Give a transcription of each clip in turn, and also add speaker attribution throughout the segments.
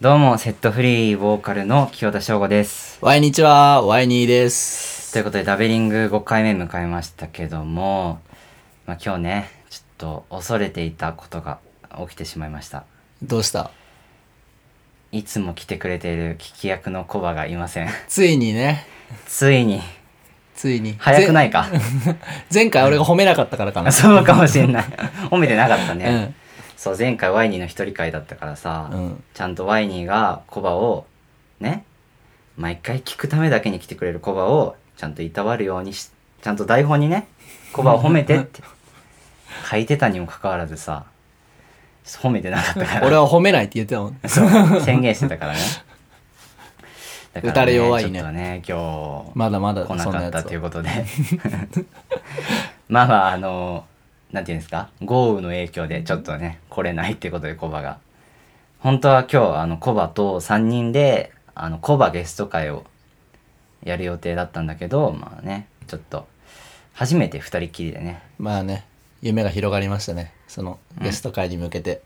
Speaker 1: どうも、セットフリーボーカルの清田翔吾です。
Speaker 2: ワイニチは、ワイニーです。
Speaker 1: ということで、ダベリング5回目迎えましたけども、まあ、今日ね、ちょっと恐れていたことが起きてしまいました。
Speaker 2: どうした
Speaker 1: いつも来てくれている聞き役のコバがいません。
Speaker 2: ついにね、
Speaker 1: ついに、
Speaker 2: ついに。
Speaker 1: 早くないいか
Speaker 2: 前回俺が褒めなかったからか な。
Speaker 1: そうかもし れない。褒めてなかった
Speaker 2: う
Speaker 1: ね。
Speaker 2: ん。
Speaker 1: そう、前回ワイニーの一人会だったからさ、
Speaker 2: うん。
Speaker 1: ちゃんとワイニーがコバをね毎回聞くためだけに来てくれるコバをちゃんといたわるようにしちゃんと台本にねコバを褒めて って書いてたにもかかわらずさ褒めてなかったから
Speaker 2: 俺は褒めないって言ってたもん。
Speaker 1: そう宣言してたからねだ
Speaker 2: 打たれ弱いね
Speaker 1: ちょっとね今日
Speaker 2: まだまだ
Speaker 1: 来な
Speaker 2: そんな
Speaker 1: か
Speaker 2: や
Speaker 1: った
Speaker 2: つ
Speaker 1: とい
Speaker 2: は。
Speaker 1: うことでまあまああのなんていうんですか豪雨の影響でちょっとね来れないってことでコバが本当は今日あのコバと3人であのコバゲスト会をやる予定だったんだけどまあねちょっと初めて2人きりでね
Speaker 2: まあね、夢が広がりましたね。そのゲスト会に向けて。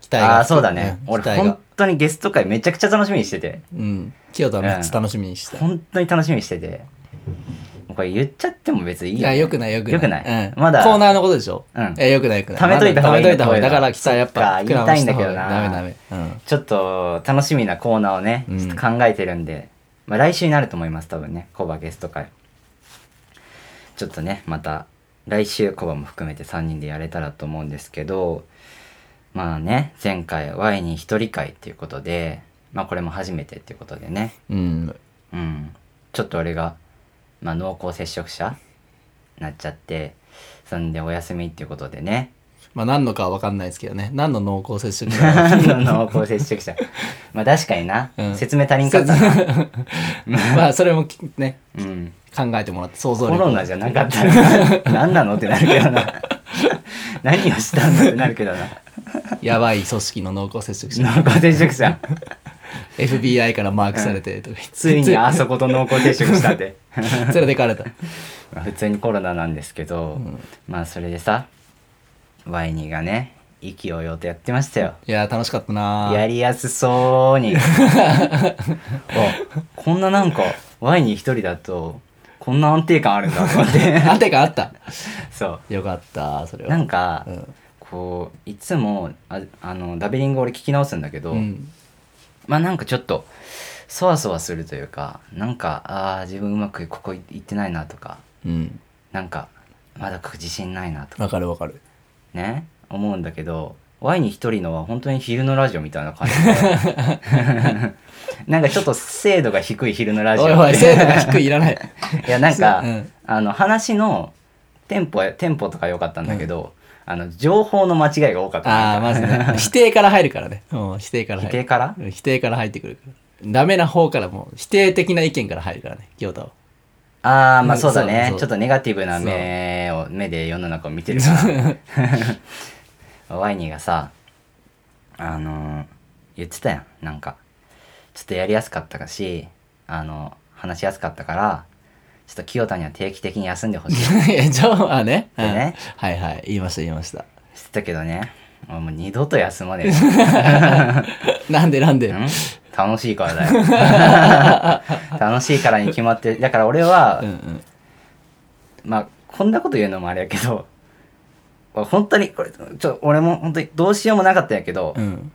Speaker 2: 期待が。
Speaker 1: ああーそうだね、
Speaker 2: ん
Speaker 1: 俺
Speaker 2: 期待が
Speaker 1: 本。当にゲスト会めちゃくちゃ楽しみにしてて
Speaker 2: うん。清田はめっちゃ楽しみにしてた。
Speaker 1: 本当に楽しみにしててもうこれ言っちゃっても別にいい
Speaker 2: い
Speaker 1: よ、
Speaker 2: や、
Speaker 1: ね、
Speaker 2: よくないよくない。
Speaker 1: よくない、
Speaker 2: うん。
Speaker 1: まだ
Speaker 2: コーナーのことでしょ
Speaker 1: うん
Speaker 2: いや、よくないよくない。
Speaker 1: 貯めといた方がいい
Speaker 2: まだ貯めといた方が
Speaker 1: こうい
Speaker 2: いい。
Speaker 1: うの
Speaker 2: だから期待やっぱ
Speaker 1: そっか言いたいんだけどな
Speaker 2: 膨らました方がいいダメダメ。
Speaker 1: ちょっと楽しみなコーナーをね、
Speaker 2: うん
Speaker 1: ちょっと考えてるんで、まあ、来週になると思います、多分ね、コバゲスト会。ちょっとね、また来週コバも含めて3人でやれたらと思うんですけど、まあね、前回 Y に一人会っていうことで、まあこれも初めてっていうことでね、
Speaker 2: うん。うん。
Speaker 1: うん、ちょっと俺が、まあ、濃厚接触者なっちゃって、そんでお休みっていうことでね、
Speaker 2: まあ何のかは分かんないですけどね。何の濃厚接触者
Speaker 1: 何の濃厚接触者まあ確かにな、
Speaker 2: うん
Speaker 1: 説明足りんかったな、
Speaker 2: まあそれもきね、
Speaker 1: うん、
Speaker 2: 考えてもらって、想像
Speaker 1: コロ
Speaker 2: 力。
Speaker 1: ナじゃなかったら何なのってなるけどな何をしたんだってなるけどな
Speaker 2: やばい組織の濃厚接触者。
Speaker 1: 濃厚接触者
Speaker 2: FBI からマークされてとか言って
Speaker 1: つい にあそこと濃厚接触したんで
Speaker 2: 連れてかれた。
Speaker 1: まあ普通にコロナなんですけど、まあそれでさワイニーがね息をようとやってましたよ
Speaker 2: いや、楽しかったな
Speaker 1: やりやすそうにあこんななんかワイニー一人だとこんな安定感あるんだと思っ て
Speaker 2: 安定感あった。
Speaker 1: そ
Speaker 2: よかった、それ
Speaker 1: うな
Speaker 2: は。
Speaker 1: んか、
Speaker 2: うん
Speaker 1: こういつもああのダビリング俺聞き直すんだけど、
Speaker 2: うん。
Speaker 1: まあなんかちょっとそわそわするというかなんかあー自分うまくここい行ってないなとか
Speaker 2: うん。
Speaker 1: なんかまだ自信ないなとか
Speaker 2: わかるわかる。
Speaker 1: ね思うんだけど Y に一人のは本当に昼のラジオみたいな感じで なんかちょっと精度が低い昼のラジオ
Speaker 2: おいおい、精度が低いい らない。
Speaker 1: いやなんか、
Speaker 2: うん
Speaker 1: あの話のテンポテンポとか良かったんだけど、あの情報の間違いが多かった
Speaker 2: ああ、まずね。否定から入るからね。うん、否定から
Speaker 1: 否
Speaker 2: 入
Speaker 1: 定
Speaker 2: る。
Speaker 1: から
Speaker 2: うん否定から入ってくるから。ダメな方からもう否定的な意見から入るからね、清田は。
Speaker 1: ああまあ
Speaker 2: うん
Speaker 1: そうだね
Speaker 2: そうそう
Speaker 1: ちょっとネガティブな目を目で世の中を見てるから ワイニーがさあのー言ってたやんなんかちょっとやりやすかったかしあの話しやすかったからちょっと清田には定期的に休んでほしいって
Speaker 2: いや、ジョンはね。うん
Speaker 1: でね
Speaker 2: はいはい。言いました、言いました。
Speaker 1: 言ってたけどね俺もう二度と休まね
Speaker 2: なんでなんで
Speaker 1: えん楽しいからだよ 楽しいからに決まってるだから俺は
Speaker 2: うんうん。
Speaker 1: まあ、こんなこと言うのもあれやけど、まあ本当に、これ、ちょ、俺も本当にどうしようもなかったんやけど、
Speaker 2: うん。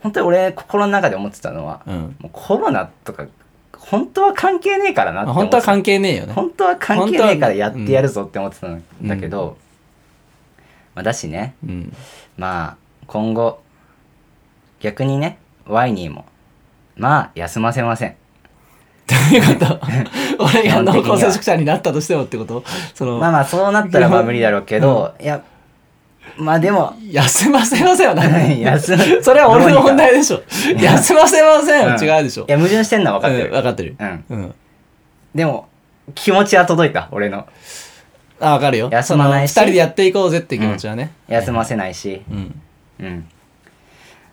Speaker 1: 本当に俺心の中で思ってたのは、
Speaker 2: うん。
Speaker 1: もうコロナとか、本当は関係ねえからなって
Speaker 2: まあ
Speaker 1: 思って
Speaker 2: 本
Speaker 1: た
Speaker 2: 当は関係ねえよね。
Speaker 1: 本当は関係ねえからやってやるぞって思ってたんだけど、まあ、だしね、
Speaker 2: うん。
Speaker 1: まあ、今後、逆にね、ワイニーも、まあ、休ませません。
Speaker 2: どういうこと 俺が濃
Speaker 1: 基本的には
Speaker 2: 厚接触者になったとしてもってことその、
Speaker 1: まあまあ、そうなったらまあ無理だろうけど、いや、まあでも、
Speaker 2: 休ませませんはな い。
Speaker 1: 休ま
Speaker 2: それは俺の問題でしょ。
Speaker 1: いや
Speaker 2: 休ませませんは
Speaker 1: ん
Speaker 2: 違うでしょ。
Speaker 1: いや、矛盾してんのは分かって
Speaker 2: う
Speaker 1: る。
Speaker 2: んわかってる。
Speaker 1: うん。
Speaker 2: うん。
Speaker 1: でも、気持ちは届いた、俺の。
Speaker 2: あ、わかるよ。
Speaker 1: 休まないし
Speaker 2: その二人でやっていこうぜっていう気持ちはね。
Speaker 1: 休ませないし。
Speaker 2: うん。
Speaker 1: うん。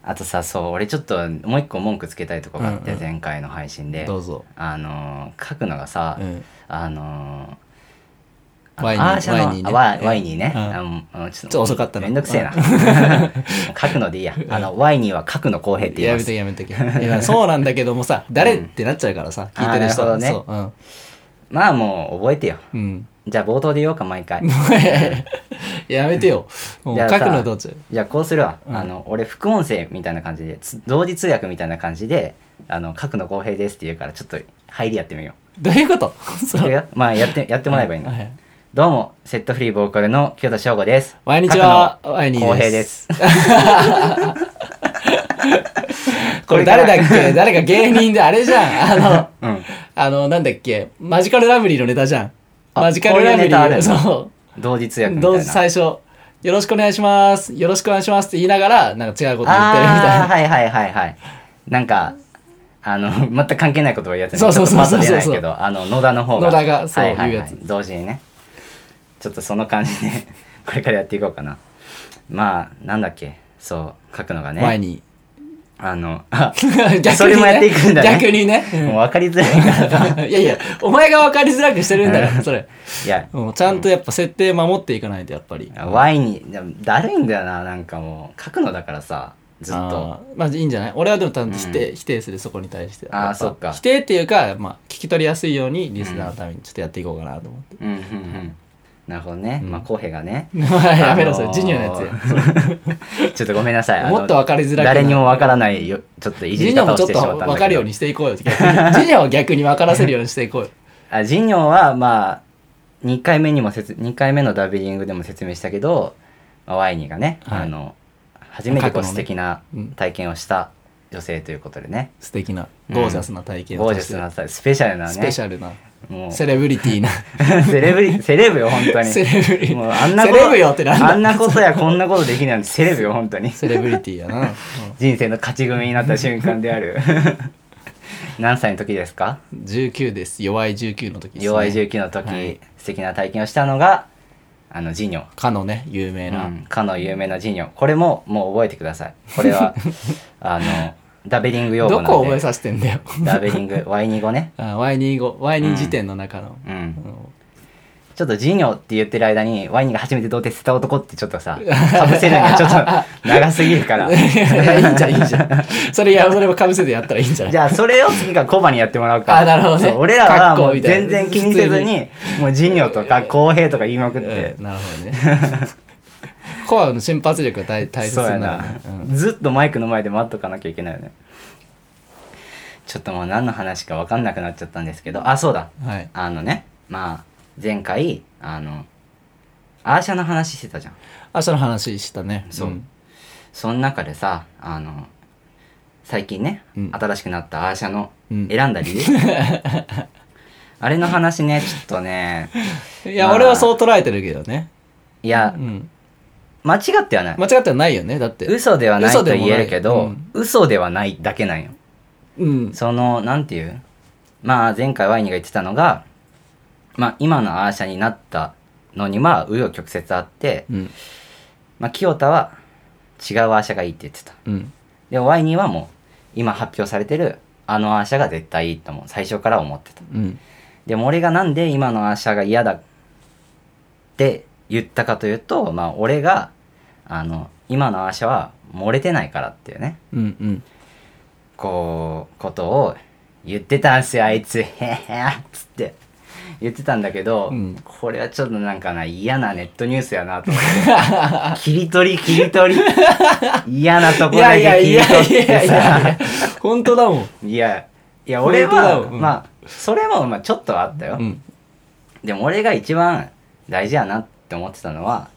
Speaker 1: あとさ、そう、俺ちょっともう一個文句つけたいとこがあって、
Speaker 2: うんうん
Speaker 1: 前回の配信で。
Speaker 2: どうぞ。
Speaker 1: あのー書くのがさ、
Speaker 2: うん。
Speaker 1: あのー
Speaker 2: ワイン
Speaker 1: あアーシャの
Speaker 2: ワインにね
Speaker 1: あワイワイニーね。
Speaker 2: うん
Speaker 1: あもうち
Speaker 2: ちょっと遅かったな
Speaker 1: めんどくせえな。 書くのでいいや。あの、ワイニーは書くの公平って言い
Speaker 2: や
Speaker 1: ま
Speaker 2: めと
Speaker 1: す。
Speaker 2: けやめとけいやそうなんだけどもさ誰ってなっちゃうからさ、聞いてる人
Speaker 1: あー
Speaker 2: は
Speaker 1: なる
Speaker 2: そ
Speaker 1: ほ
Speaker 2: ううん
Speaker 1: まあもう覚えてよ。
Speaker 2: うん、
Speaker 1: じゃあ冒頭で言おうか、毎回。
Speaker 2: やめてよもう
Speaker 1: じゃ
Speaker 2: 書
Speaker 1: あ
Speaker 2: く
Speaker 1: さ
Speaker 2: のどうちゃう
Speaker 1: じゃあこうするわ。
Speaker 2: うん
Speaker 1: あの、俺副音声みたいな感じで、つ同時通訳みたいな感じで、あの、書くの公平ですって言うから、ちょっと入りやってみよ
Speaker 2: どうい うこと
Speaker 1: う。
Speaker 2: そう
Speaker 1: いくよまあやって、やってもらえばいいの。
Speaker 2: はい
Speaker 1: どうも、セットフリーボーカルの清田翔吾です。
Speaker 2: ワイニチはワイニー
Speaker 1: 公平です。
Speaker 2: これ誰だっけ誰か芸人であれじゃ んあの
Speaker 1: うん。
Speaker 2: あのなんだっけマジカルラブリーのネタじゃん
Speaker 1: あ
Speaker 2: マジカルラ
Speaker 1: こう
Speaker 2: ブリー
Speaker 1: いうネタある
Speaker 2: そ
Speaker 1: 同時通
Speaker 2: う
Speaker 1: 訳みたい
Speaker 2: どう
Speaker 1: な。
Speaker 2: 最初よろしくお願いしますよろしくお願いしますって言いながらなんか違うこと言ってるみたい
Speaker 1: あ
Speaker 2: な
Speaker 1: ーはいはいはいはいなんかあの 全く関係ないことをやって
Speaker 2: そうそうそうそう
Speaker 1: ちょっとパッと出ないけどあの野田の方が
Speaker 2: 野田がそう
Speaker 1: はいはいいう
Speaker 2: や
Speaker 1: は
Speaker 2: つ
Speaker 1: い、同時にねちょっとその感じで これからやっていこうかなまあなんだっけそう書くのが
Speaker 2: ワイ
Speaker 1: ね
Speaker 2: ニー
Speaker 1: あのあ
Speaker 2: 逆にね
Speaker 1: それもやっていくんだね
Speaker 2: 逆にね。
Speaker 1: もう分かりづらいから
Speaker 2: いやいや、お前が分かりづらくしてるんだから、それ。
Speaker 1: いや
Speaker 2: もうちゃんとやっぱ設定守っていかないと、やっぱり。
Speaker 1: ワインにでもだるいんだよななんかもう書くのだからさずっと
Speaker 2: あー。まあいいんじゃない俺はでもちゃんと否定,、否定する、そこに対して。
Speaker 1: あー
Speaker 2: やぱ
Speaker 1: そっか
Speaker 2: 否定っていうか、まあ、聞き取りやすいように、リスナーのためにちょっとやっていこうかなと思って。
Speaker 1: うんうんうんなるほどね、
Speaker 2: うん
Speaker 1: まあ浩平がね
Speaker 2: やめろ、それ、
Speaker 1: あのー
Speaker 2: ジュニアのやつや。
Speaker 1: ちょっとごめんなさい。あの
Speaker 2: もっと分かりづらくなる
Speaker 1: 誰にも分からないよ、ちょっといじ
Speaker 2: ジュ
Speaker 1: り
Speaker 2: ニア
Speaker 1: 方
Speaker 2: も
Speaker 1: を
Speaker 2: ちょ
Speaker 1: し
Speaker 2: って
Speaker 1: し
Speaker 2: と
Speaker 1: まったんだけど。
Speaker 2: 分かるようにしていこうよ。逆にジュニアを逆に分からせるようにしていこうよ。
Speaker 1: あ、ジンニョンは、まあ、2回目にも説、2回目のダビリングでも説明したけど、まあワイニーがね、
Speaker 2: はい
Speaker 1: あの、初めてこう
Speaker 2: 過去のね
Speaker 1: 素敵な
Speaker 2: うん
Speaker 1: 体験をした女性ということでね、
Speaker 2: 素敵な、ゴージャスな体験
Speaker 1: ゴ
Speaker 2: を
Speaker 1: ージャ
Speaker 2: させて
Speaker 1: スなさ、スペシャルなね、
Speaker 2: スペシャルな、
Speaker 1: もう、
Speaker 2: セレブリ ティな。
Speaker 1: セレブリ、セレブよ、本当に。
Speaker 2: セレブリ
Speaker 1: もうあんなこ
Speaker 2: セレブよってなんだ
Speaker 1: あんなことやこんなことできないのにセレブよ、本当に。
Speaker 2: セレブリティやな。
Speaker 1: 人生の勝ち組になった瞬間であ る。何歳の時ですか
Speaker 2: 19です。弱い19の時です、ね。
Speaker 1: 弱い19の時、
Speaker 2: はい
Speaker 1: 素敵な体験をしたのがあのジニョ、
Speaker 2: かのね、有名な。
Speaker 1: うんかの有名なジニョこれももう覚えてくださいこれ はあのダベリング用語
Speaker 2: ど
Speaker 1: な
Speaker 2: こを
Speaker 1: ん
Speaker 2: 覚え
Speaker 1: で
Speaker 2: させてんだよ。
Speaker 1: ダベリングワイニ語ね、
Speaker 2: あ Y2 語、Y2 辞典の中の。
Speaker 1: う
Speaker 2: あ
Speaker 1: ん、
Speaker 2: の
Speaker 1: ちょっとジニョって言ってる間にワイニが初めて童貞捨てた男ってちょっと さかぶせるのがちょっと長すぎるから
Speaker 2: いやいやいいじゃん、いいじゃん。それや、それもかぶせてやったらいいんじゃな い
Speaker 1: じゃあそれを次からコバにやってもらおうか
Speaker 2: あなるほどね
Speaker 1: そう俺らはも
Speaker 2: かっこ
Speaker 1: う
Speaker 2: みたい
Speaker 1: 全
Speaker 2: な
Speaker 1: 然気にせず
Speaker 2: 普
Speaker 1: にもうジニョとか公平とか言いまくって、
Speaker 2: うんなるほどね。コアの瞬発力が大大切
Speaker 1: そうや
Speaker 2: な
Speaker 1: な、
Speaker 2: ねうん
Speaker 1: ずっとマイクの前で待っとかなきゃいけないよねちょっともう何の話か分かんなくなっちゃったんですけどあそうだ
Speaker 2: はい。
Speaker 1: あのねまあ前回あのアーシャの話してたじゃん
Speaker 2: 明日の話したね。
Speaker 1: そうんその中でさあの最近ね、
Speaker 2: うん
Speaker 1: 新しくなったアーシャの
Speaker 2: うん
Speaker 1: 選んだ理由、あれの話ねちょっとね
Speaker 2: いや、
Speaker 1: まあ
Speaker 2: 俺はそう捉えてるけどね。
Speaker 1: いや
Speaker 2: うん。
Speaker 1: 間違ってはない
Speaker 2: 間違ってはないよね、だって。
Speaker 1: 嘘ではないと
Speaker 2: 嘘でもな
Speaker 1: 言
Speaker 2: い
Speaker 1: えるけど
Speaker 2: うん
Speaker 1: 嘘ではないだけなんよ
Speaker 2: うん。
Speaker 1: そのなんていうまあ前回ワイニが言ってたのが、まあ、今のアーシャになったのには紆余曲折あって、
Speaker 2: うん。
Speaker 1: まあ、清田は違うアーシャがいいって言ってた
Speaker 2: うん。
Speaker 1: でもワイニはもう今発表されてるあのアーシャが絶対いいと思う最初から思ってた
Speaker 2: うん。
Speaker 1: でも俺がなんで今のアーシャが嫌だって言ったかというと、まあ、俺があの今のアーシャは漏れてないからっていうね
Speaker 2: うん。うん。
Speaker 1: こうことを言ってたんすよあいつへへっつって言ってたんだけど、
Speaker 2: うん
Speaker 1: これはちょっとなんかな嫌なネットニュースやなと思 って切り取り切り取り嫌なとこ
Speaker 2: い
Speaker 1: だ
Speaker 2: やいや
Speaker 1: け切
Speaker 2: い
Speaker 1: り
Speaker 2: や
Speaker 1: 取って
Speaker 2: いやいや
Speaker 1: さ
Speaker 2: いや、本当だもん。
Speaker 1: いやいや俺
Speaker 2: 本当だ
Speaker 1: は、
Speaker 2: わうん
Speaker 1: まあそれもまあちょっとはあったよ、
Speaker 2: うん。
Speaker 1: でも俺が一番大事やなって思ってたのは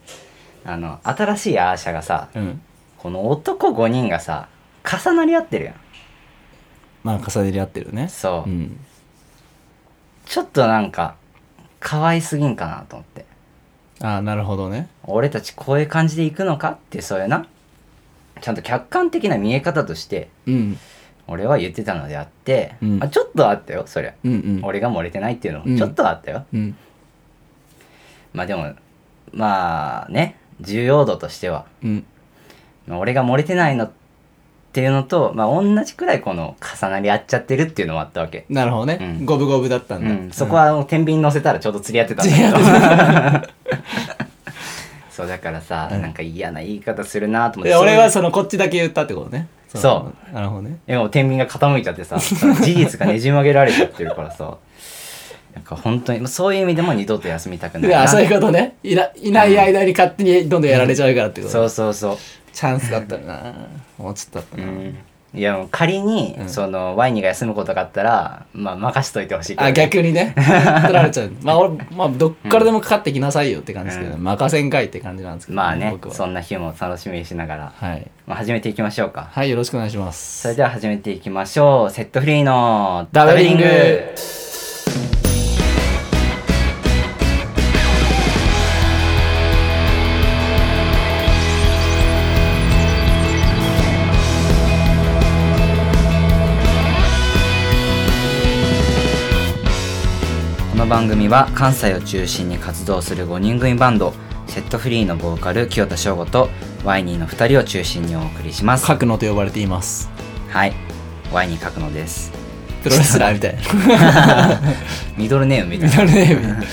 Speaker 1: あの新しいアーシャがさ
Speaker 2: うん。
Speaker 1: この男5人がさ重なり合ってるやん
Speaker 2: まあ、重ねり合ってるね。
Speaker 1: そう、
Speaker 2: うん。
Speaker 1: ちょっとなんか、可愛すぎんかなと思って。
Speaker 2: ああ、なるほどね。
Speaker 1: 俺たちこういう感じで行くのかって、そういうな。ちゃんと客観的な見え方として、
Speaker 2: うん。
Speaker 1: 俺は言ってたのであって、
Speaker 2: うん
Speaker 1: まあ、ちょっとはあったよ、そりゃ。
Speaker 2: うんうん。
Speaker 1: 俺が漏れてないっていうの
Speaker 2: うん
Speaker 1: も、ちょっとはあったよ。
Speaker 2: うん。
Speaker 1: まあでも、まあね、重要度としては、
Speaker 2: うん。
Speaker 1: まあ俺が漏れてないのっていうのと、まあ、同じくらいこの重なり合っちゃってるっていうのもあったわけ、
Speaker 2: なるほど
Speaker 1: う
Speaker 2: ね
Speaker 1: ん
Speaker 2: 五分五分だった
Speaker 1: うん
Speaker 2: だ、
Speaker 1: ん、そこはあの天秤に乗せたらちょうど釣り合ってたんだけどそうだからさ、
Speaker 2: うん
Speaker 1: なんか嫌な言い方するなと思っ
Speaker 2: い
Speaker 1: て
Speaker 2: や俺は
Speaker 1: そ
Speaker 2: そのこっちだけ言ったってことね
Speaker 1: そう
Speaker 2: なるほどね
Speaker 1: ういうでも天秤が傾いちゃって さ事実がねじ曲げられちゃってるからさなんか本当にまあそういう意味でも二度と休みたくない
Speaker 2: い
Speaker 1: な
Speaker 2: やそういうことねいないない間に勝手にどんどんやられちゃうからってこと、
Speaker 1: そうそうそう
Speaker 2: チャンスだったらなもうちょっとだったな、
Speaker 1: いやもう仮に、
Speaker 2: うん
Speaker 1: そのワイニが休むことがあったらまあ任しといてほしいけど
Speaker 2: あ逆にね取られちゃうまあ俺、まあ、どっからでもかかってきなさいよって感じですけど、
Speaker 1: う
Speaker 2: 任せんかいって感じなんですけど、
Speaker 1: まあね
Speaker 2: 僕は
Speaker 1: そんな日も楽しみにしながら、
Speaker 2: はい、
Speaker 1: まあ、始めていきましょうか
Speaker 2: はい、よろしくお願いします
Speaker 1: それでは始めていきましょうセットフリーの
Speaker 2: ダブリング
Speaker 1: この番組は関西を中心に活動する5人組バンドセットフリーのボーカル清田翔吾とワイニーの2人を中心にお送りします
Speaker 2: 角野と呼ばれています
Speaker 1: はいワイニー角野 です
Speaker 2: プロレスラーみたいな
Speaker 1: ミドルネームみたい
Speaker 2: ミ
Speaker 1: な
Speaker 2: ドルネ ーム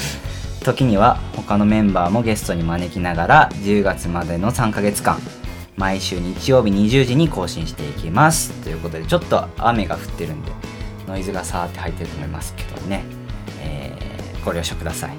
Speaker 1: 時には他のメンバーもゲストに招きながら10月までの3ヶ月間毎週日曜日20時に更新していきますということでちょっと雨が降ってるんでノイズがさーって入ってると思いますけどね、えーご了承ください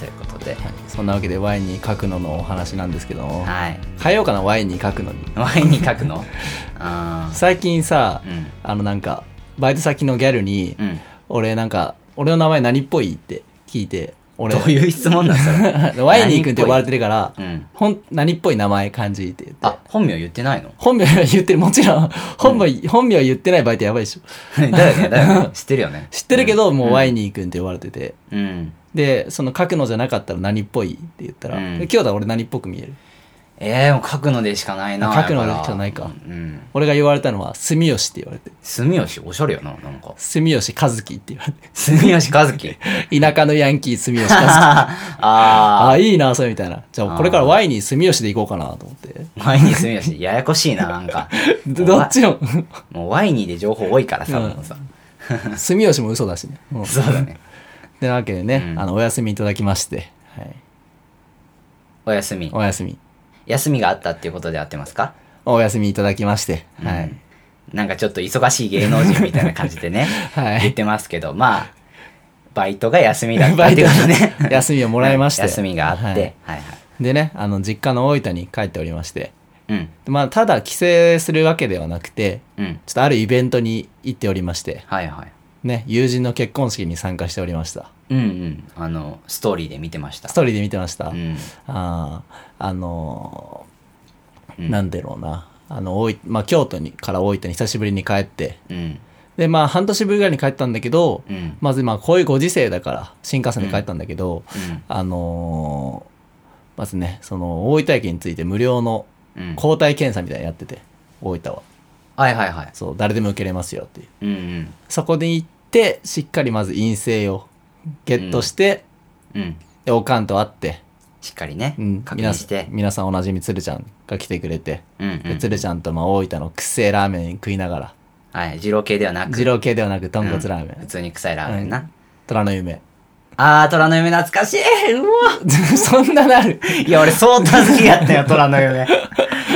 Speaker 1: ということで
Speaker 2: はいそんなわけでワインに角野のお話なんですけども
Speaker 1: はい
Speaker 2: 変えようかなワインに角野に
Speaker 1: ワインに書くの あ
Speaker 2: 最近さ
Speaker 1: ーうん
Speaker 2: あのなんかバイト先のギャルに
Speaker 1: うん
Speaker 2: 俺なんか俺の名前何っぽいって聞いて俺
Speaker 1: どういう質問なんそれ
Speaker 2: ワイニー君って呼ばれてるから
Speaker 1: うん
Speaker 2: ほん何っぽい名前感じって言って
Speaker 1: あ本名言って ないの
Speaker 2: 本名は言ってるもちろん本名,、本名は言ってないバイトやばいでしょ
Speaker 1: だよねだよね知ってるよね
Speaker 2: 知ってるけど、もうワ
Speaker 1: イ
Speaker 2: イニー君って呼ばれてて
Speaker 1: うん
Speaker 2: でその書くのじゃなかったら何っぽいって言ったら、
Speaker 1: うん
Speaker 2: 今日だ俺何っぽく見える
Speaker 1: えー、もう書くのでしかないな
Speaker 2: 書くので
Speaker 1: だら
Speaker 2: しかないか
Speaker 1: うん
Speaker 2: 俺が言われたのは住吉って言われて
Speaker 1: 住吉おしゃれよななんか
Speaker 2: 住吉和樹って言わ
Speaker 1: 住吉和 樹
Speaker 2: れて田舎のヤンキー住吉 和樹あ
Speaker 1: あ
Speaker 2: あいいなそれみたいなじゃ
Speaker 1: あ
Speaker 2: あ
Speaker 1: ー
Speaker 2: これからワイニー住吉で行こうかなと思って
Speaker 1: あワイニー住吉ややこしいななんか
Speaker 2: どどっち の
Speaker 1: もうワイニーで情報多いからさ、
Speaker 2: うん
Speaker 1: もうさ
Speaker 2: 住吉も嘘だしね、うん
Speaker 1: そうだね
Speaker 2: てなわけでね、
Speaker 1: うん
Speaker 2: あのお休みいただきまして、はい、
Speaker 1: お休み
Speaker 2: お休み
Speaker 1: 休みがあったっていうことで合ってますか
Speaker 2: お休みいただきまして、は
Speaker 1: う
Speaker 2: い
Speaker 1: んなんかちょっと忙しい芸能人みたいな感じでね 言
Speaker 2: は
Speaker 1: っ
Speaker 2: い
Speaker 1: てますけどまあバイトが休みだった
Speaker 2: バ
Speaker 1: っ
Speaker 2: イ
Speaker 1: て
Speaker 2: ト
Speaker 1: いうことね
Speaker 2: 休みをもらいまして
Speaker 1: 休みがあって、
Speaker 2: は
Speaker 1: はいい、はい
Speaker 2: でねあの実家の大分に帰っておりまして
Speaker 1: うん
Speaker 2: まあただ帰省するわけではなくて
Speaker 1: うん
Speaker 2: ちょっとあるイベントに行っておりまして
Speaker 1: はいはい
Speaker 2: ね友人の結婚式に参加しておりました
Speaker 1: うんうんあのストーリーで見てました
Speaker 2: ストーリーで見てました、
Speaker 1: うん
Speaker 2: あーあのー
Speaker 1: うん
Speaker 2: なんだろうなあの大分まあ、京都にから大分に久しぶりに帰って
Speaker 1: うん
Speaker 2: でまあ半年ぶりぐらいに帰ったんだけど、
Speaker 1: うん
Speaker 2: まずまあこういうご時世だから新幹線で帰ったんだけど、
Speaker 1: うん
Speaker 2: あのーまずねその大分駅について無料の
Speaker 1: うん
Speaker 2: 抗体検査みたいなのやってて大分は
Speaker 1: はいはいはい。
Speaker 2: そう誰でも受けれますよっていう
Speaker 1: うんうん。
Speaker 2: そこに行ってしっかりまず陰性をゲットして、
Speaker 1: うん。
Speaker 2: でおかんと会って、
Speaker 1: しっかりね、
Speaker 2: うん、
Speaker 1: 確認
Speaker 2: 皆
Speaker 1: し
Speaker 2: さん
Speaker 1: て。
Speaker 2: 皆さんおなじみつるちゃんが来てくれて、
Speaker 1: うん、う
Speaker 2: で
Speaker 1: ん。
Speaker 2: つるちゃんとまあ大分のくせえラーメン食いながら
Speaker 1: はい、二郎系ではなく。
Speaker 2: 二郎系ではなく豚
Speaker 1: うん
Speaker 2: 骨ラーメン、
Speaker 1: 普通に臭いラーメンな。
Speaker 2: うん虎の夢
Speaker 1: あー、虎の夢懐かしいうわ
Speaker 2: そんななる
Speaker 1: いや、俺相当好きや ったよ、虎の夢。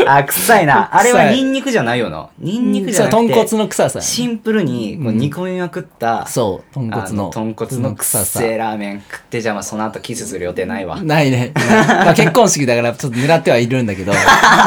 Speaker 1: あー、臭いな。あれはニンニクじゃないよな。ニンニクじゃなく
Speaker 2: そう
Speaker 1: て。
Speaker 2: 豚骨の臭さ
Speaker 1: シンプルにこう
Speaker 2: うん
Speaker 1: 煮込みまくった、
Speaker 2: そう豚
Speaker 1: あ
Speaker 2: 骨の
Speaker 1: 豚骨の臭
Speaker 2: さ
Speaker 1: さ。ラーメン食って、じゃあまあその後キスする予定ないわ。
Speaker 2: ないね、 まあ、結婚式だからちょっと狙ってはいるん だけど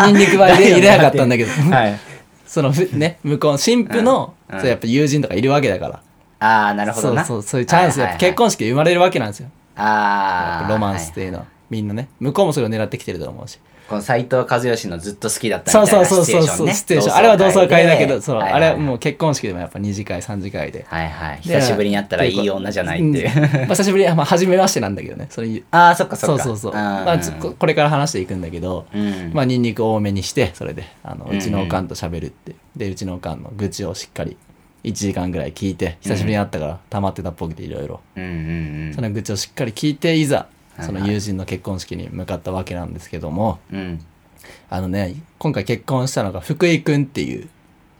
Speaker 2: ニンニクは入れ入れなかったんだけど
Speaker 1: はい。
Speaker 2: そのふね向こうの新婦の、
Speaker 1: うんうん
Speaker 2: そうやっぱ友人とかいるわけだから
Speaker 1: あー、なるほどな。
Speaker 2: そうそうそういうチャンス、
Speaker 1: はい
Speaker 2: や
Speaker 1: は
Speaker 2: っ
Speaker 1: い
Speaker 2: ぱ結婚式で生まれるわけなんですよやっ
Speaker 1: あ
Speaker 2: ぱ
Speaker 1: ー。
Speaker 2: ロマンスっていうのは、みんなね向こうもそれを狙ってきてると思うし
Speaker 1: この斎藤和義のずっと好きだった
Speaker 2: そう
Speaker 1: みたい
Speaker 2: そう
Speaker 1: な
Speaker 2: そう
Speaker 1: シチュエー
Speaker 2: そう
Speaker 1: ショ
Speaker 2: そ
Speaker 1: ン
Speaker 2: う
Speaker 1: ね。
Speaker 2: シチュエーションあれは同窓会だけどそう、
Speaker 1: はい
Speaker 2: あれは
Speaker 1: う。
Speaker 2: もう結婚式でもやっぱ2次会3次会で
Speaker 1: はいはい。
Speaker 2: で
Speaker 1: 久しぶりに会ったらいい女じゃないっていうう。
Speaker 2: んまあ、久しぶり、まあ、初めましてなんだけどねそれ
Speaker 1: ああ、そっかそ
Speaker 2: そ
Speaker 1: っ
Speaker 2: う
Speaker 1: か。
Speaker 2: そうそう、
Speaker 1: ん
Speaker 2: まあ、ちょここれから話していくんだけど、
Speaker 1: うん。
Speaker 2: まあニンニク多めにしてそれであの
Speaker 1: うんうん
Speaker 2: うちのおかんと喋るって、でうちのおかんの愚痴をしっかり1時間ぐらい聞いて久しぶりに会ったから溜まってたっぽくていろいろ
Speaker 1: うんうん
Speaker 2: その愚痴をしっかり聞いていざ
Speaker 1: はい
Speaker 2: その友人の結婚式に向かったわけなんですけども
Speaker 1: うん。うん。
Speaker 2: あのね今回結婚したのが福井くんっていう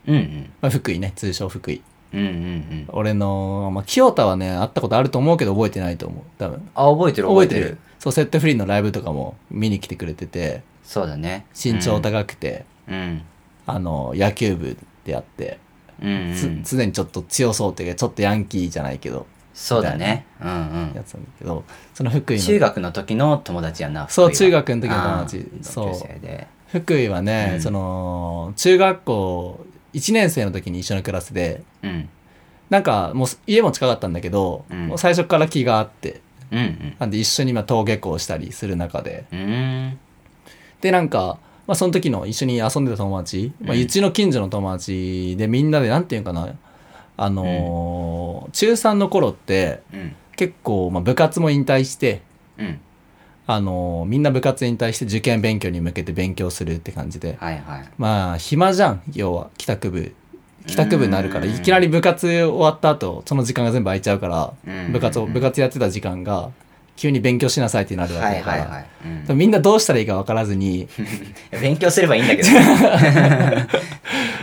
Speaker 1: うんうん
Speaker 2: まあ、福井ね通称福井
Speaker 1: うんうんうん
Speaker 2: 俺の、まあ、清田はね会ったことあると思うけど覚えてないと思う多分
Speaker 1: あ覚えてる覚えてる
Speaker 2: そうセットフリーのライブとかも見に来てくれてて
Speaker 1: そうだね
Speaker 2: 身長高くて、
Speaker 1: うん
Speaker 2: あの野球部であって、
Speaker 1: うんうんう
Speaker 2: つ
Speaker 1: ん
Speaker 2: 常にちょっと強そうっていうかちょっとヤンキーじゃないけど
Speaker 1: そうだねうんう
Speaker 2: や
Speaker 1: ん
Speaker 2: つなんだけどその福井の
Speaker 1: 中学の時の友達やな
Speaker 2: そう
Speaker 1: 福井は
Speaker 2: 中学の時の友達
Speaker 1: あー
Speaker 2: そう
Speaker 1: 同級生で
Speaker 2: 福井はね、
Speaker 1: うん
Speaker 2: その中学校1年生の時に一緒のクラスで
Speaker 1: うん
Speaker 2: なんかもう家も近かったんだけど、
Speaker 1: うん
Speaker 2: もう最初から気があって
Speaker 1: うんうん
Speaker 2: なんで一緒にまあ登下校したりする中で
Speaker 1: うーん
Speaker 2: でなんか、まあ、その時の一緒に遊んでた友達、まあ、
Speaker 1: うん
Speaker 2: うちの近所の友達でみんなでなんていうのかなあのー中3の頃って
Speaker 1: うん
Speaker 2: 結構、まあ、部活も引退して、
Speaker 1: うん
Speaker 2: あのーみんな部活引退して受験勉強に向けて勉強するって感じで
Speaker 1: はいはい
Speaker 2: まあ暇じゃん要は帰宅部帰宅部になるから
Speaker 1: うん
Speaker 2: いきなり部活終わった後その時間が全部空いちゃうから
Speaker 1: うん
Speaker 2: 部活を部活やってた時間が急に勉強しなさいってなるわ
Speaker 1: は
Speaker 2: け
Speaker 1: い
Speaker 2: だか
Speaker 1: はい
Speaker 2: ら
Speaker 1: はい、う
Speaker 2: だ
Speaker 1: ん
Speaker 2: からみんなどうしたらいいか分から ずに
Speaker 1: 勉強すればいいんだ けど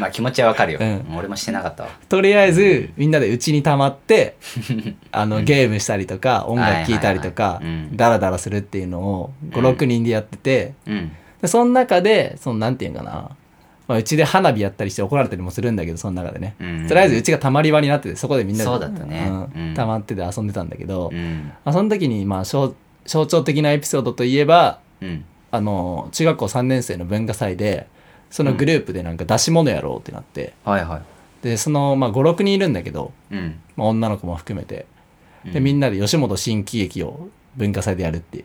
Speaker 1: まあ気持ちはわかるよ、
Speaker 2: うん
Speaker 1: 俺もしてなかったわ
Speaker 2: とりあえずみんなでうちに溜まって あのゲームしたりとか音楽聴いたりと
Speaker 1: は
Speaker 2: か
Speaker 1: いはいはいうん
Speaker 2: ダラダラするっていうのを56人でやってて
Speaker 1: うん
Speaker 2: でその中でそのなんていうんかなまあうちで花火やったりして怒られたりもするんだけどその中でね
Speaker 1: うん
Speaker 2: とりあえずうちが溜まり場になっててそこでみんなで
Speaker 1: そうだったね
Speaker 2: うん
Speaker 1: うん
Speaker 2: 溜まってて遊んでたんだけど、
Speaker 1: うん
Speaker 2: まあ、その時にまあ象象徴的なエピソードといえば
Speaker 1: うん
Speaker 2: あの中学校3年生の文化祭でそのグループでなんか出し物やろうってなって、
Speaker 1: はいは
Speaker 2: でそのまあ56人いるんだけど、
Speaker 1: いうん
Speaker 2: まあ、女の子も含めてで
Speaker 1: うん
Speaker 2: みんなで吉本新喜劇を文化祭でやるっていう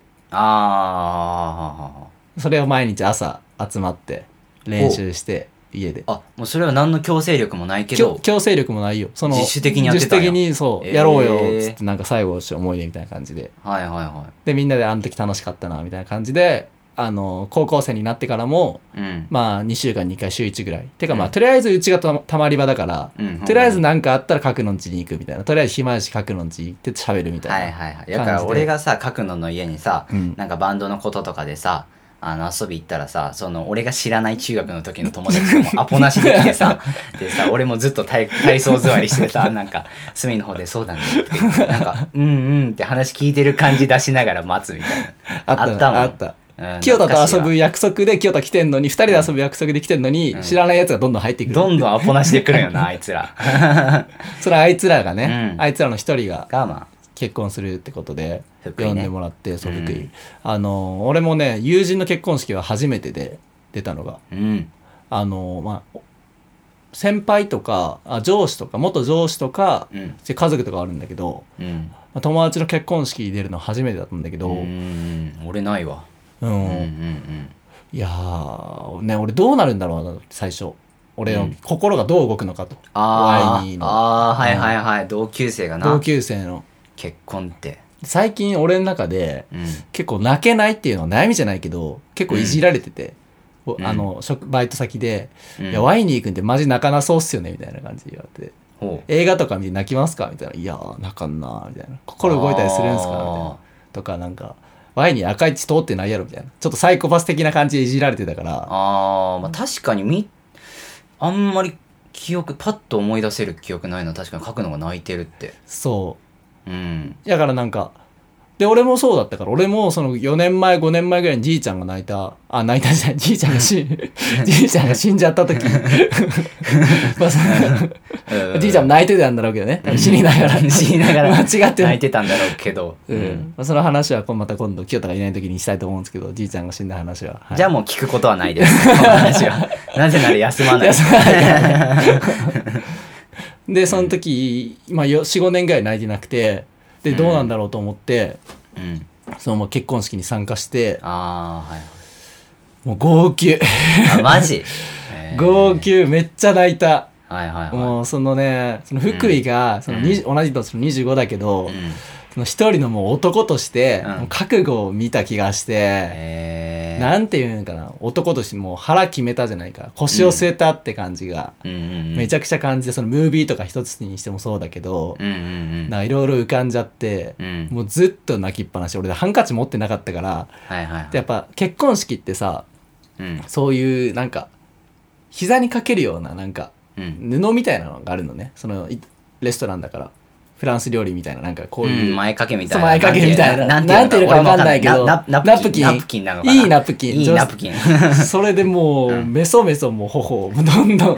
Speaker 1: あ
Speaker 2: それを毎日朝集まって練習して家で
Speaker 1: ああもうそれは何の強制力もないけ
Speaker 2: 強
Speaker 1: ど
Speaker 2: 強制力もないよその
Speaker 1: 自主的にやってたんや
Speaker 2: 自主的にそう、
Speaker 1: えー
Speaker 2: やろうよっつってなんか最後の思い出みたいな感じで
Speaker 1: はいはいは
Speaker 2: でみんなであの時楽しかったなみたいな感じであの高校生になってからも
Speaker 1: いうん、
Speaker 2: まあ2週間に1回週1ぐらいてかまあ、
Speaker 1: うん
Speaker 2: とりあえずうちがたたまり場だから、
Speaker 1: うん
Speaker 2: とりあえず何かあったら角の家に行くみたいなとりあえず暇やし角の家行って喋るみたいな、
Speaker 1: はいはいはいだから俺がさ角野の家にさ、
Speaker 2: うん
Speaker 1: なんかバンドのこととかでさあの遊び行ったらさその俺が知らない中学の時の友達がもう アポなしで来てさでさ俺もずっと体体操座りしてさなんか隅の方で「そうだね」って言ってなんか「うんうん」って話聞いてる感じ出しながら待つみたい
Speaker 2: あった
Speaker 1: あったもん
Speaker 2: あった
Speaker 1: な、うん、
Speaker 2: 清田と遊
Speaker 1: 懐か
Speaker 2: ぶ
Speaker 1: しいわ
Speaker 2: 約束で清田来てんのに2人で遊ぶ約束で来てんのに、
Speaker 1: うん
Speaker 2: 知らないやつがどんどん入ってくる
Speaker 1: どんどんアポなしで来るよなあいつら
Speaker 2: それあいつらがね、
Speaker 1: うん
Speaker 2: あいつらの1人が
Speaker 1: がま
Speaker 2: 結婚するってことで
Speaker 1: 福井ね
Speaker 2: 呼んでもらってそう福井、
Speaker 1: うん
Speaker 2: あの俺もね友人の結婚式は初めてで出たのが
Speaker 1: あうん
Speaker 2: あのまあ先輩とかあ上司とか元上司とか
Speaker 1: うん
Speaker 2: で家族とかあるんだけど、
Speaker 1: うん
Speaker 2: まあ友達の結婚式出るの初めてだったんだけど、
Speaker 1: うーん俺ないわ
Speaker 2: う
Speaker 1: うんんうんうん
Speaker 2: いやーね俺どうなるんだろうなって最初俺の心がどう動くのかと、
Speaker 1: あ
Speaker 2: ワイニー
Speaker 1: ー
Speaker 2: の
Speaker 1: あーはいはいはい、同級生が
Speaker 2: 同
Speaker 1: な
Speaker 2: 級生の
Speaker 1: 結婚って
Speaker 2: 最近俺の中で
Speaker 1: うん
Speaker 2: 結構泣けないっていうのは悩みじゃないけど結構いじられてて、お
Speaker 1: うん
Speaker 2: あの職バイト先で「
Speaker 1: うん
Speaker 2: いやワイニー君ってマジ泣かなそうっすよね」みたいな感じで言われて
Speaker 1: ほ
Speaker 2: 「
Speaker 1: う
Speaker 2: 映画とか見て泣きますか?」みたいな「いやー泣かんな」みたいな「心動いたりするんすか?」みたいなとかなんか「ワイニー赤い血通ってないやろ」みたいなちょっとサイコパス的な感じでいじられてたから
Speaker 1: あー、まあ、確かにみあんまり記憶パッと思い出せる記憶ないな確かに書くのが泣いてるって
Speaker 2: そう
Speaker 1: うん
Speaker 2: だからなんかで俺もそうだったから俺もその4年前5年前ぐらいにじいちゃんが泣いたあ泣いたじゃないじいちゃんが死 んじいちゃんが死んじゃった時まあその じいちゃんも
Speaker 1: 泣
Speaker 2: 泣いてたんだろうけどね死になが ら
Speaker 1: 死にながら
Speaker 2: 間違ってな
Speaker 1: 泣い
Speaker 2: い、
Speaker 1: てたんだろうけど、
Speaker 2: うんまあ、その話はこうまた今度清田がいない時にしたいと思うんですけどじいちゃんが死んだ話は、はい
Speaker 1: じゃあもう聞くことはないですこの話 はなぜなら休まない
Speaker 2: 休まないでその時、まあ、45年ぐらい泣いてなくてでどうなんだろうと思って、
Speaker 1: うん、
Speaker 2: そのまあ結婚式に参加して
Speaker 1: ああはい
Speaker 2: もう号泣
Speaker 1: あマ ジ、えー
Speaker 2: 号泣めっちゃ泣いた、
Speaker 1: はいはいは
Speaker 2: もうそのねその福井がその、に同じ年の25だけ
Speaker 1: い、
Speaker 2: ど、
Speaker 1: うん、
Speaker 2: その一人のもう男として、
Speaker 1: うん
Speaker 2: もう覚悟を見た気がして、
Speaker 1: えー、
Speaker 2: なんていうんかな男としてもう腹決めたじゃないか腰を据えたって感じが、
Speaker 1: うんうんうん、
Speaker 2: めち
Speaker 1: ゃ
Speaker 2: ゃくちゃ感じてそのムービーとか一つにしてもそうだけど、
Speaker 1: うんうん
Speaker 2: なんかいろいろ浮かんじゃって
Speaker 1: う、んうん
Speaker 2: もうずっと泣きっぱなし俺ハンカチ持ってなかったから
Speaker 1: はいはいはい
Speaker 2: でやっぱ結婚式ってさ
Speaker 1: うん
Speaker 2: そういうなんか膝にかけるようななんか
Speaker 1: うん、
Speaker 2: 布みたいなのがあるのねそのいレストランだからフランス料理みたいななんかこういう、
Speaker 1: うん前掛けみたい
Speaker 2: そう
Speaker 1: な
Speaker 2: 前掛けみたいな。
Speaker 1: な
Speaker 2: なんん
Speaker 1: て
Speaker 2: て
Speaker 1: い
Speaker 2: いうう
Speaker 1: のか
Speaker 2: のかわかんないけど、
Speaker 1: 俺もわかんない
Speaker 2: ナプキン。
Speaker 1: ナプキンなのかない
Speaker 2: いナプキン。
Speaker 1: いいナプキン
Speaker 2: それでもう、メソメソもう頬をどんどん、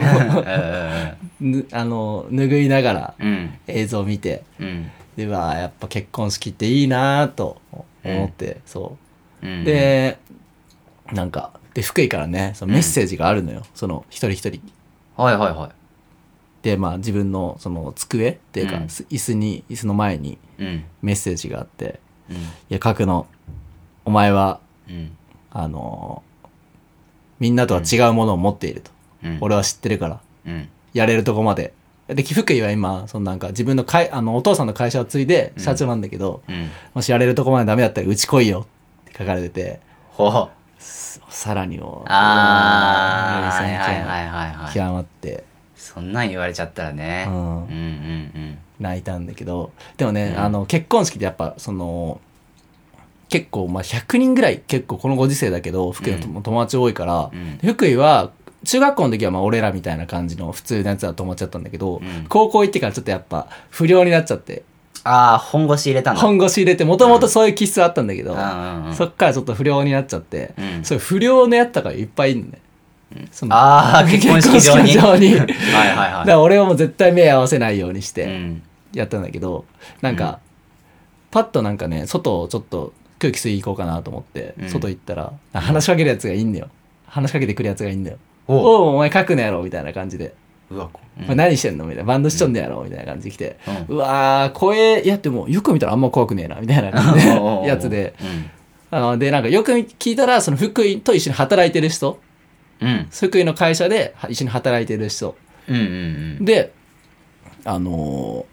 Speaker 2: ぬあの、拭いながら
Speaker 1: うん
Speaker 2: 映像を見て、
Speaker 1: うん
Speaker 2: ではやっぱ結婚式っていいなぁと思って、そ
Speaker 1: うん
Speaker 2: う。で、なんか、で、福井からね、そのメッセージがあるのよ。その、一人一人。
Speaker 1: はいはいは
Speaker 2: で、まあ自分の、その、机っていうか、
Speaker 1: うん
Speaker 2: す椅子に、椅子の前に
Speaker 1: いうん
Speaker 2: メッセージがあって、
Speaker 1: うん
Speaker 2: いや、書くの、お前は
Speaker 1: うん
Speaker 2: あのみんなとは違うものを持っていると。
Speaker 1: うん
Speaker 2: 俺は知ってるから、
Speaker 1: うん
Speaker 2: やれるとこまで。で、寄福井は今、そのなんか自分のかいあのお父さんの会社を継いで社長なんだけど、
Speaker 1: うん
Speaker 2: もしやれるとこまでダメだったらうち来いよって書かれてて、
Speaker 1: ほほ
Speaker 2: さらにもう、
Speaker 1: あーはい
Speaker 2: やりす
Speaker 1: は
Speaker 2: ぎ
Speaker 1: い
Speaker 2: ちゃう
Speaker 1: はいはいはい
Speaker 2: 極まって、
Speaker 1: そんなん言われちゃったらね
Speaker 2: う
Speaker 1: うん
Speaker 2: ん
Speaker 1: うんうん
Speaker 2: 泣いたんだけど、でもね、
Speaker 1: うん
Speaker 2: あの、結婚式でやっぱ、その、結構、まあ、100人ぐらい、結構このご時世だけど、福井のとも友達多いから、
Speaker 1: うん
Speaker 2: 福井は中学校の時はまあ俺らみたいな感じの普通のやつだと思っちゃったんだけど、
Speaker 1: うん
Speaker 2: 高校行ってからちょっとやっぱ不良になっちゃって
Speaker 1: ああ本腰入れたんだ
Speaker 2: 本腰入れてもともとそういう気質はあったんだけど、
Speaker 1: うんうんうん
Speaker 2: そっからちょっと不良になっちゃって、
Speaker 1: うん
Speaker 2: そういう不良のやつとかいっぱいいるのね、その
Speaker 1: ああ結婚式場に
Speaker 2: 結婚式場
Speaker 1: はい
Speaker 2: に
Speaker 1: はい
Speaker 2: だ
Speaker 1: は
Speaker 2: か
Speaker 1: い
Speaker 2: ら俺はもう絶対目合わせないようにし
Speaker 1: う
Speaker 2: て
Speaker 1: ん
Speaker 2: やったんだけど、なんかパッとなんかね外をちょっと空気吸いに行こうかなと思って、
Speaker 1: うん
Speaker 2: 外行ったら話しかけるやつがいいんだよ話しかけてくるやつがいいんだよ
Speaker 1: おう
Speaker 2: おうお前書くのやろみたいな感じで、
Speaker 1: うわうん
Speaker 2: まあ何してんのみたいなバンドしちょんのやろみたいな感じで来て、
Speaker 1: う
Speaker 2: うわー声いやでもよく見たらあんま怖くねえなみたいな感じ
Speaker 1: おうおうおう
Speaker 2: で やつであのでなんかよく聞いたらその福井と一緒に働いてる人
Speaker 1: うんうん
Speaker 2: 福井の会社では一緒に働いてる人
Speaker 1: うんうん
Speaker 2: であの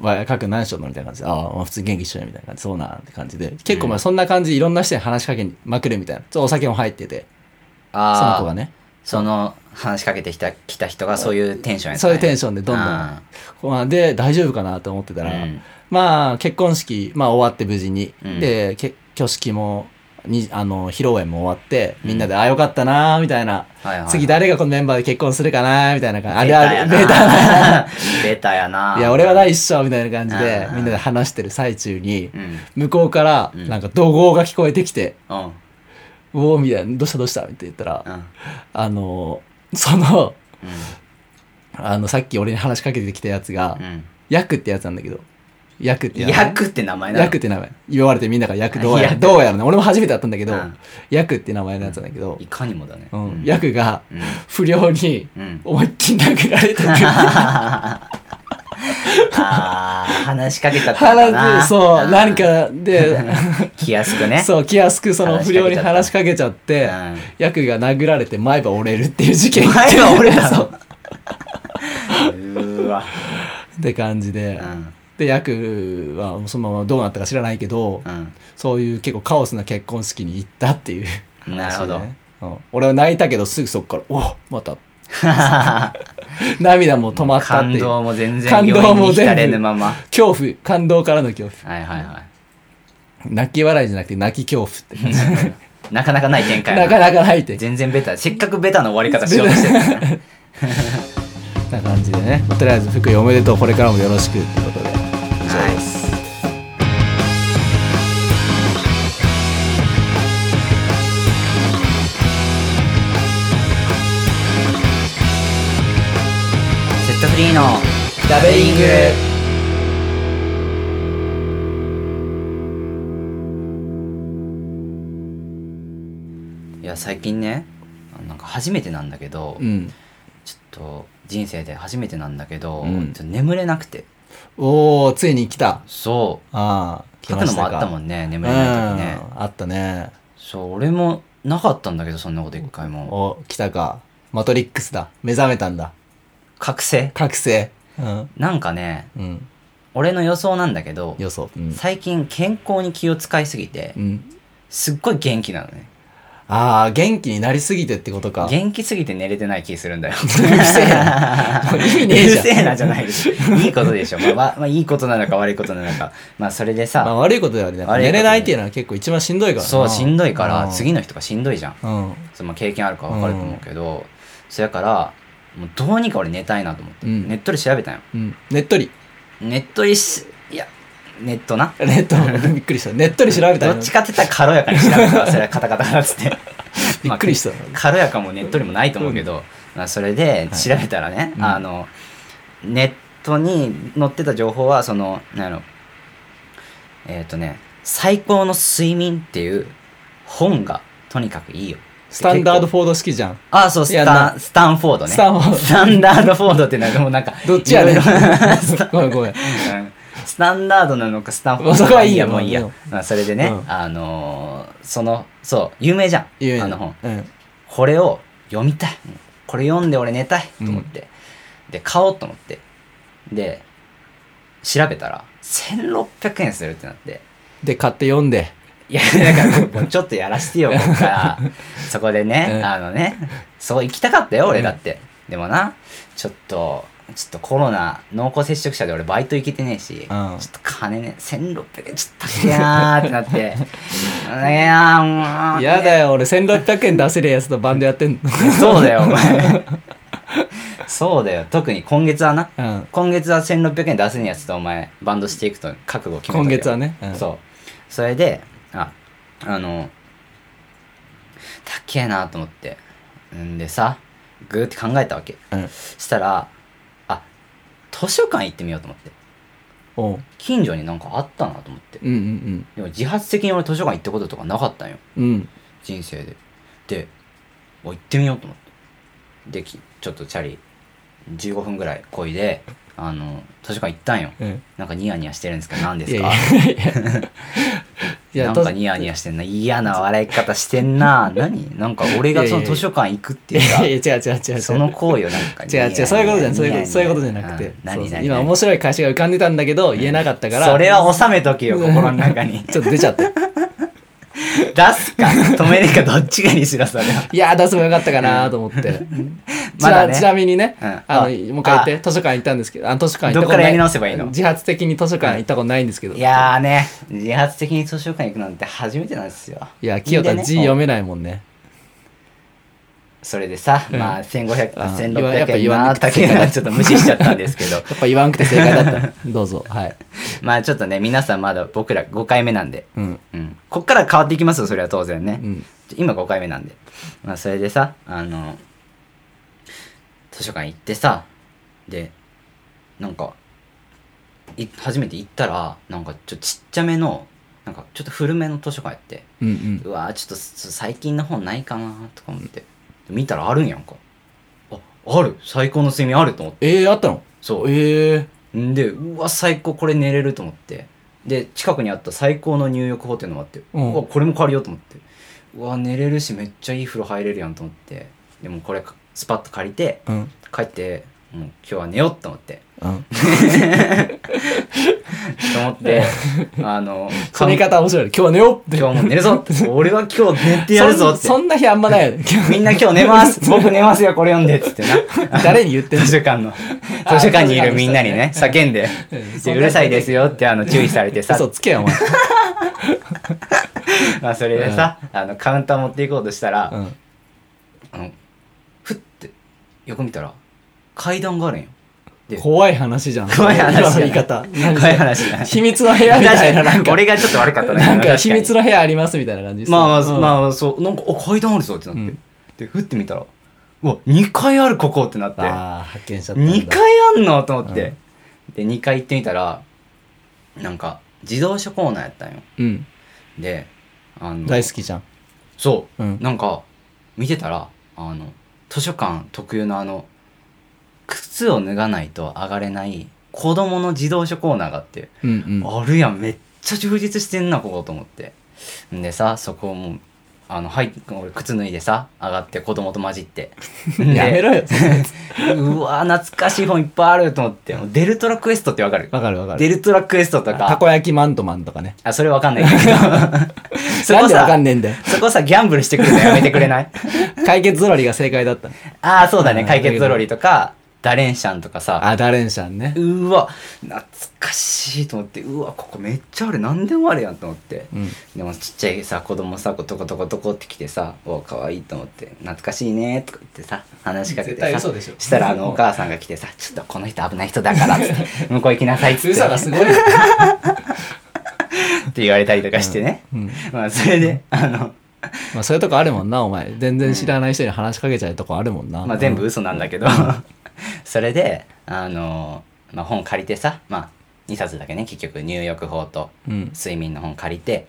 Speaker 2: ーわ書く何しようのみたいな感じで、ああ、まあ普通に元気しようよみたいな感じ、そうなんって感じで、結構まあそんな感じ、いろんな人に話しかけまくるみたいな、ちょっとお酒も入ってて、その
Speaker 1: ああ
Speaker 2: 子がね、
Speaker 1: その話しかけてきた来た人がそういうテンションやった
Speaker 2: そういうテン
Speaker 1: シ
Speaker 2: ションでどんどん
Speaker 1: あ
Speaker 2: まあ、で大丈夫かなと思ってたら、
Speaker 1: うん
Speaker 2: まあ結婚式、まあ、終わって無事に、
Speaker 1: うん
Speaker 2: でけ挙式もにあの披露宴も終わってみんなで、あよかったなーみたいな、
Speaker 1: はいはいはい
Speaker 2: 次誰がこのメンバーで結婚するかなーみたいな感じあ
Speaker 1: ベ
Speaker 2: れ
Speaker 1: タや
Speaker 2: あれ
Speaker 1: な
Speaker 2: ベタな
Speaker 1: ベタやないい
Speaker 2: や俺はないっしょみたいな感じで
Speaker 1: うん
Speaker 2: みんなで話してる最中に
Speaker 1: うんうん
Speaker 2: 向こうから
Speaker 1: うん
Speaker 2: なんか怒号が聞こえてきて
Speaker 1: うん
Speaker 2: 「うおーみたいな「どうしたどうした?」って言ったら、
Speaker 1: うん
Speaker 2: あのーそのあのさっき俺に話しかけてきたやつが
Speaker 1: うん
Speaker 2: 「ヤク」ってやつなんだけど「ヤク」ってやつ
Speaker 1: ヤクって名前なの
Speaker 2: ヤクって名前。言われてみんながヤクどう
Speaker 1: ヤ
Speaker 2: や
Speaker 1: ク
Speaker 2: どうやらね。俺も初めて会ったんだけど
Speaker 1: うん、
Speaker 2: ヤクって名前のやつなんだけど
Speaker 1: い、かにもだね
Speaker 2: うんヤクが
Speaker 1: うん
Speaker 2: 不良に
Speaker 1: うん
Speaker 2: 思いっきり殴られ てくる。
Speaker 1: あー話しかけたってことだ
Speaker 2: 話
Speaker 1: な
Speaker 2: すそう、何かで、
Speaker 1: 気安く ね
Speaker 2: そう、気安くその不良に話しかけちゃって、ヤクが殴られて前歯折れるっていう事件。
Speaker 1: 前歯折れたの
Speaker 2: そう
Speaker 1: うんうわ
Speaker 2: って感じ
Speaker 1: う
Speaker 2: で。
Speaker 1: ん
Speaker 2: で、ヤクはそのままどうなったか知らないけど、
Speaker 1: う
Speaker 2: そういう結構カオスな結婚式に行ったっていうん話ね
Speaker 1: なるほど
Speaker 2: うん俺は泣いたけどすぐそこから、おま た涙も止まったって
Speaker 1: 感
Speaker 2: いう
Speaker 1: 動も全然
Speaker 2: 感動
Speaker 1: 病院
Speaker 2: も
Speaker 1: に
Speaker 2: 全部
Speaker 1: 浸れぬまま
Speaker 2: 恐怖感動からの恐怖
Speaker 1: はいはいは
Speaker 2: 泣き笑いじゃなくて泣き恐 怖って
Speaker 1: いなかなかない展開や
Speaker 2: なかなか泣いて
Speaker 1: 全然ベタせっかくベタの終わり方しようとしてるからね
Speaker 2: な感じでねとりあえず福井おめでとうこれからもよろしくってことで以上です、
Speaker 1: セットフリーの
Speaker 2: ダベリング
Speaker 1: いや最近ねなんか初めてなんだけど、
Speaker 2: うん
Speaker 1: ちょっと人生で初めてなんだけど、
Speaker 2: うん
Speaker 1: ちょっと眠れなくて
Speaker 2: おおついに来た
Speaker 1: そ
Speaker 2: ああ
Speaker 1: う
Speaker 2: 来
Speaker 1: 書く
Speaker 2: ま
Speaker 1: の
Speaker 2: した
Speaker 1: も
Speaker 2: か
Speaker 1: あったもんね眠
Speaker 2: う
Speaker 1: れ
Speaker 2: ん
Speaker 1: ない時ね
Speaker 2: あったね
Speaker 1: そう俺もなかったんだけどそんなこと一回も
Speaker 2: お来たかマトリックスだ目覚めたんだ
Speaker 1: 覚醒
Speaker 2: 覚醒うん、
Speaker 1: なんかね
Speaker 2: うん、
Speaker 1: 俺の予想なんだけど
Speaker 2: よそうん、
Speaker 1: 最近健康に気を使いすぎて
Speaker 2: うん、
Speaker 1: すっごい元気なのね
Speaker 2: ああ元気になりすぎてってことか
Speaker 1: 元気すぎて寝れてない気する んだよう
Speaker 2: るせえ な意味ねえじ
Speaker 1: る
Speaker 2: ゃん
Speaker 1: せえなじゃないですいいことでしょ、まあまあまあ、いいことなのか悪いことなのかまあそれで
Speaker 2: まあ、
Speaker 1: さ
Speaker 2: 悪いことではね
Speaker 1: 悪いことで
Speaker 2: 寝れないっていうのは結構一番しんどいからな
Speaker 1: そうしんどいから
Speaker 2: うん
Speaker 1: 次の日とかしんどいじゃん
Speaker 2: うん
Speaker 1: その経験あるから分かると思うけど、そやからもうどうにか俺寝たいなと思って、
Speaker 2: うん
Speaker 1: ネットで調べたよ
Speaker 2: うん。ねっとり。
Speaker 1: ネットでしいやネットな
Speaker 2: ネット、びっくりした。ねっとり調べ た
Speaker 1: ど
Speaker 2: よ
Speaker 1: っちかって言ったら軽やかに調べたらそれはカタカタだっつって
Speaker 2: びっくりした。
Speaker 1: 軽やかもネットにもないと思うけど、まあ、それで調べたらね、
Speaker 2: うん
Speaker 1: あのネットに載ってた情報はそのなんやろえっ、とね「最高の睡眠」っていう本がとにかくいいよ
Speaker 2: スタンダード
Speaker 1: 結構
Speaker 2: フォード好きじゃん。
Speaker 1: ああそうス
Speaker 2: いや
Speaker 1: タ
Speaker 2: な
Speaker 1: ンスタンフォードね
Speaker 2: スタンフォード
Speaker 1: スタンダードフォードってなんかもうなんか
Speaker 2: どっちやね
Speaker 1: い
Speaker 2: ん
Speaker 1: ろいろ
Speaker 2: ごめんごめ
Speaker 1: う
Speaker 2: ん。
Speaker 1: ん スタンダードなのかスタンフォード
Speaker 2: そこはいいや
Speaker 1: もういいや
Speaker 2: もう、
Speaker 1: まあ、それでね、
Speaker 2: うん
Speaker 1: あのーそのそう有名じゃん
Speaker 2: 言え
Speaker 1: あの本
Speaker 2: うん。
Speaker 1: これを読みたいこれ読んで俺寝たいと思って、で買おうと思ってで調べたら1600円するってなって
Speaker 2: で、買って読んで。
Speaker 1: いやだからもうちょっとやら してよこっからそこでね、
Speaker 2: うん
Speaker 1: あのねそう行きたかったよ俺だって、でもなちょっとちょっとコロナ濃厚接触者で俺バイト行けてねえし、ちょっと金ね1600円ちょっと高いなーってなっていやーもう
Speaker 2: やだよ、俺1600円出せるやつとバンドやってんの。
Speaker 1: そうだよ、お前。そうだよ、特に今月はな。
Speaker 2: うん。
Speaker 1: 今月は1600円出せんやつとお前、バンドしていくと覚悟決めた
Speaker 2: 今月はね。うん
Speaker 1: そう。それで、あ、あの、高えなと思って。んでさ、ぐーって考えたわけ。
Speaker 2: うん
Speaker 1: したら、あ、図書館行ってみようと思って。
Speaker 2: おう。
Speaker 1: 近所になんかあったなと思って。
Speaker 2: うんうん
Speaker 1: でも自発的に俺図書館行ったこととかなかったんよ。
Speaker 2: うん。うん。
Speaker 1: 人生ででもう行ってみようと思ってできちょっとチャリ15分ぐらいこいであの図書館行ったんよ
Speaker 2: うん。
Speaker 1: なんかニヤニヤしてるんですけど何で
Speaker 2: い
Speaker 1: す
Speaker 2: やい
Speaker 1: か
Speaker 2: やいや。いや、
Speaker 1: なんか
Speaker 2: と
Speaker 1: ニヤニヤしてんな嫌な笑い方してん な何なんか俺がその図書館行くっていうか
Speaker 2: いやいや違う違う違う違う。
Speaker 1: その行為をなんか
Speaker 2: 違う違う、そういうことじゃん、そういうこと、そういうことじゃなくて。そう
Speaker 1: 何
Speaker 2: そう
Speaker 1: 何
Speaker 2: 今面白い会社が浮かんでたんだけど、言えなかったから。
Speaker 1: それは収めとけ よ心の中に
Speaker 2: ちょっと出 ちゃった。
Speaker 1: 出すか止めるかどっちかにしろそれ はい
Speaker 2: やー、出せばよかったかなーと思って。ち
Speaker 1: まだ
Speaker 2: な
Speaker 1: ね
Speaker 2: ちなみにね、
Speaker 1: うん
Speaker 2: あ
Speaker 1: あ
Speaker 2: の、もう一回言って、図書館行ったんですけど、あの図書館行った
Speaker 1: どっからやり直せばいいの
Speaker 2: 自発的に図書館行ったことないんですけど。
Speaker 1: いやーね自発的に図書館行くなんて初めてなんですよ
Speaker 2: いや、清田
Speaker 1: でね
Speaker 2: 字読めないもんね。
Speaker 1: それでさ、
Speaker 2: うん
Speaker 1: まあ1500
Speaker 2: あ
Speaker 1: 円
Speaker 2: 言わやっ
Speaker 1: 1600
Speaker 2: ぱ
Speaker 1: 円
Speaker 2: 言わ
Speaker 1: な
Speaker 2: な
Speaker 1: だけがちょっと無視しちゃったんですけど
Speaker 2: やっぱ言わんくて正解だった。どうぞ。はい。
Speaker 1: まあちょっとね皆さんまだ僕ら5回目なんで、
Speaker 2: うん。
Speaker 1: うん、こっから変わっていきますよそれは当然ね
Speaker 2: う、ん。
Speaker 1: 今5回目なんで、まあ、それでさあの図書館行ってさでなんかい初めて行ったらなんかちょっとちっちゃめのなんかちょっと古めの図書館やって
Speaker 2: うんうん。
Speaker 1: うわーちょっとす最近の本ないかなとか思って見たらあるんやんかあある最高の睡眠あると思って
Speaker 2: えー、あったの
Speaker 1: そ
Speaker 2: えー。
Speaker 1: うんでうわ最高これ寝れると思ってで近くにあった最高の入浴法っていうのもあって、う
Speaker 2: うん
Speaker 1: わこれも借りようと思ってうわ寝れるしめっちゃいい風呂入れるやんと思ってでもこれスパッと借りて
Speaker 2: うん。
Speaker 1: 帰ってもう今日は寝ようと思ってと
Speaker 2: うん。
Speaker 1: 思って あの
Speaker 2: その言い方面白い。今日は寝ようって。
Speaker 1: 今日もう寝るぞって俺は今日寝てやるぞって
Speaker 2: そんそんな日あん まないよね。
Speaker 1: みんな今日寝ます僕寝ますよこれ読んでっつってな
Speaker 2: 誰に言ってん
Speaker 1: 図
Speaker 2: の
Speaker 1: 書館の図書館にいるみんなにね叫んで
Speaker 2: うん
Speaker 1: でうるさいですよってあの注意されてさ
Speaker 2: 嘘つけよ、お前。
Speaker 1: まあそれでさあのカウンター持っていこうとしたら
Speaker 2: うん。
Speaker 1: あのふってよく見たら階段があるんよで
Speaker 2: 怖い話じゃん。
Speaker 1: 怖い話
Speaker 2: 今の言い方。
Speaker 1: 怖い話だ
Speaker 2: 秘密の部屋みた いな、なんか、
Speaker 1: 俺がちょっと悪かったね
Speaker 2: なんか秘密
Speaker 1: の
Speaker 2: の部屋ありますみたいな感じ
Speaker 1: まあまあ
Speaker 2: うん
Speaker 1: まあそうなんかあ階段あるぞってな
Speaker 2: う
Speaker 1: って
Speaker 2: ん
Speaker 1: でふってみたらうわ2階あるここってなって
Speaker 2: あー、発見しちゃったんだ。
Speaker 1: 2階あんのと思って、で2階行ってみたらなんか自動車コーナーやったんよ
Speaker 2: うん。
Speaker 1: であの
Speaker 2: 大好きじゃん。
Speaker 1: そう、
Speaker 2: うん
Speaker 1: なんか見てたらあの図書館特有のあの靴を脱がないと上がれない子供の自動車コーナーがあって、
Speaker 2: うんうん。
Speaker 1: あるやんめっちゃ充実してんなここと思ってんでさそこをもうあのはい俺靴脱いでさ上がって子供と混じって で
Speaker 2: やめろよ。
Speaker 1: うわー懐かしい本いっぱいあると思ってもうデルトラクエストってわかる
Speaker 2: わかるわか
Speaker 1: デ
Speaker 2: る。
Speaker 1: ルトラクエストと
Speaker 2: た
Speaker 1: か
Speaker 2: こ焼きマントマンとかね。
Speaker 1: あそれわかんないけど そ
Speaker 2: な
Speaker 1: こ
Speaker 2: んでわか
Speaker 1: さ
Speaker 2: んねえんだよ。
Speaker 1: そこさギャンブルしてくるのやめてくれない
Speaker 2: 解決ゾロリが正解だった。
Speaker 1: ああそうだね
Speaker 2: うん
Speaker 1: 解決ゾロリとかダレンシャンとかさ
Speaker 2: あ、ダレンシャンね。
Speaker 1: うわ懐かしいと思ってうわここめっちゃある何でもあるやんと思って
Speaker 2: うん。
Speaker 1: でもちっちゃいさ子供さこうトコトコトコって来てさ「おかわいい」と思って「懐かしいね」とか言ってさ話しかけて
Speaker 2: 絶対
Speaker 1: さ
Speaker 2: 嘘でしょ
Speaker 1: したらあのお母さんが来てさ「ちょっとこの人危ない人だから」っつって「向こう行きなさい」っつっ
Speaker 2: 強
Speaker 1: て
Speaker 2: さがすごい。
Speaker 1: って言われたりとかしてね、
Speaker 2: うん。
Speaker 1: まあそれであの、
Speaker 2: まあそういうとこあるもんな、お前。全然知らない人に話しかけちゃうとこあるもんな。
Speaker 1: まあ、全部嘘なんだけど それであの、まあ、本借りてさ、まあ、2冊だけね結局入浴法と
Speaker 2: うん。
Speaker 1: 睡眠の本借りて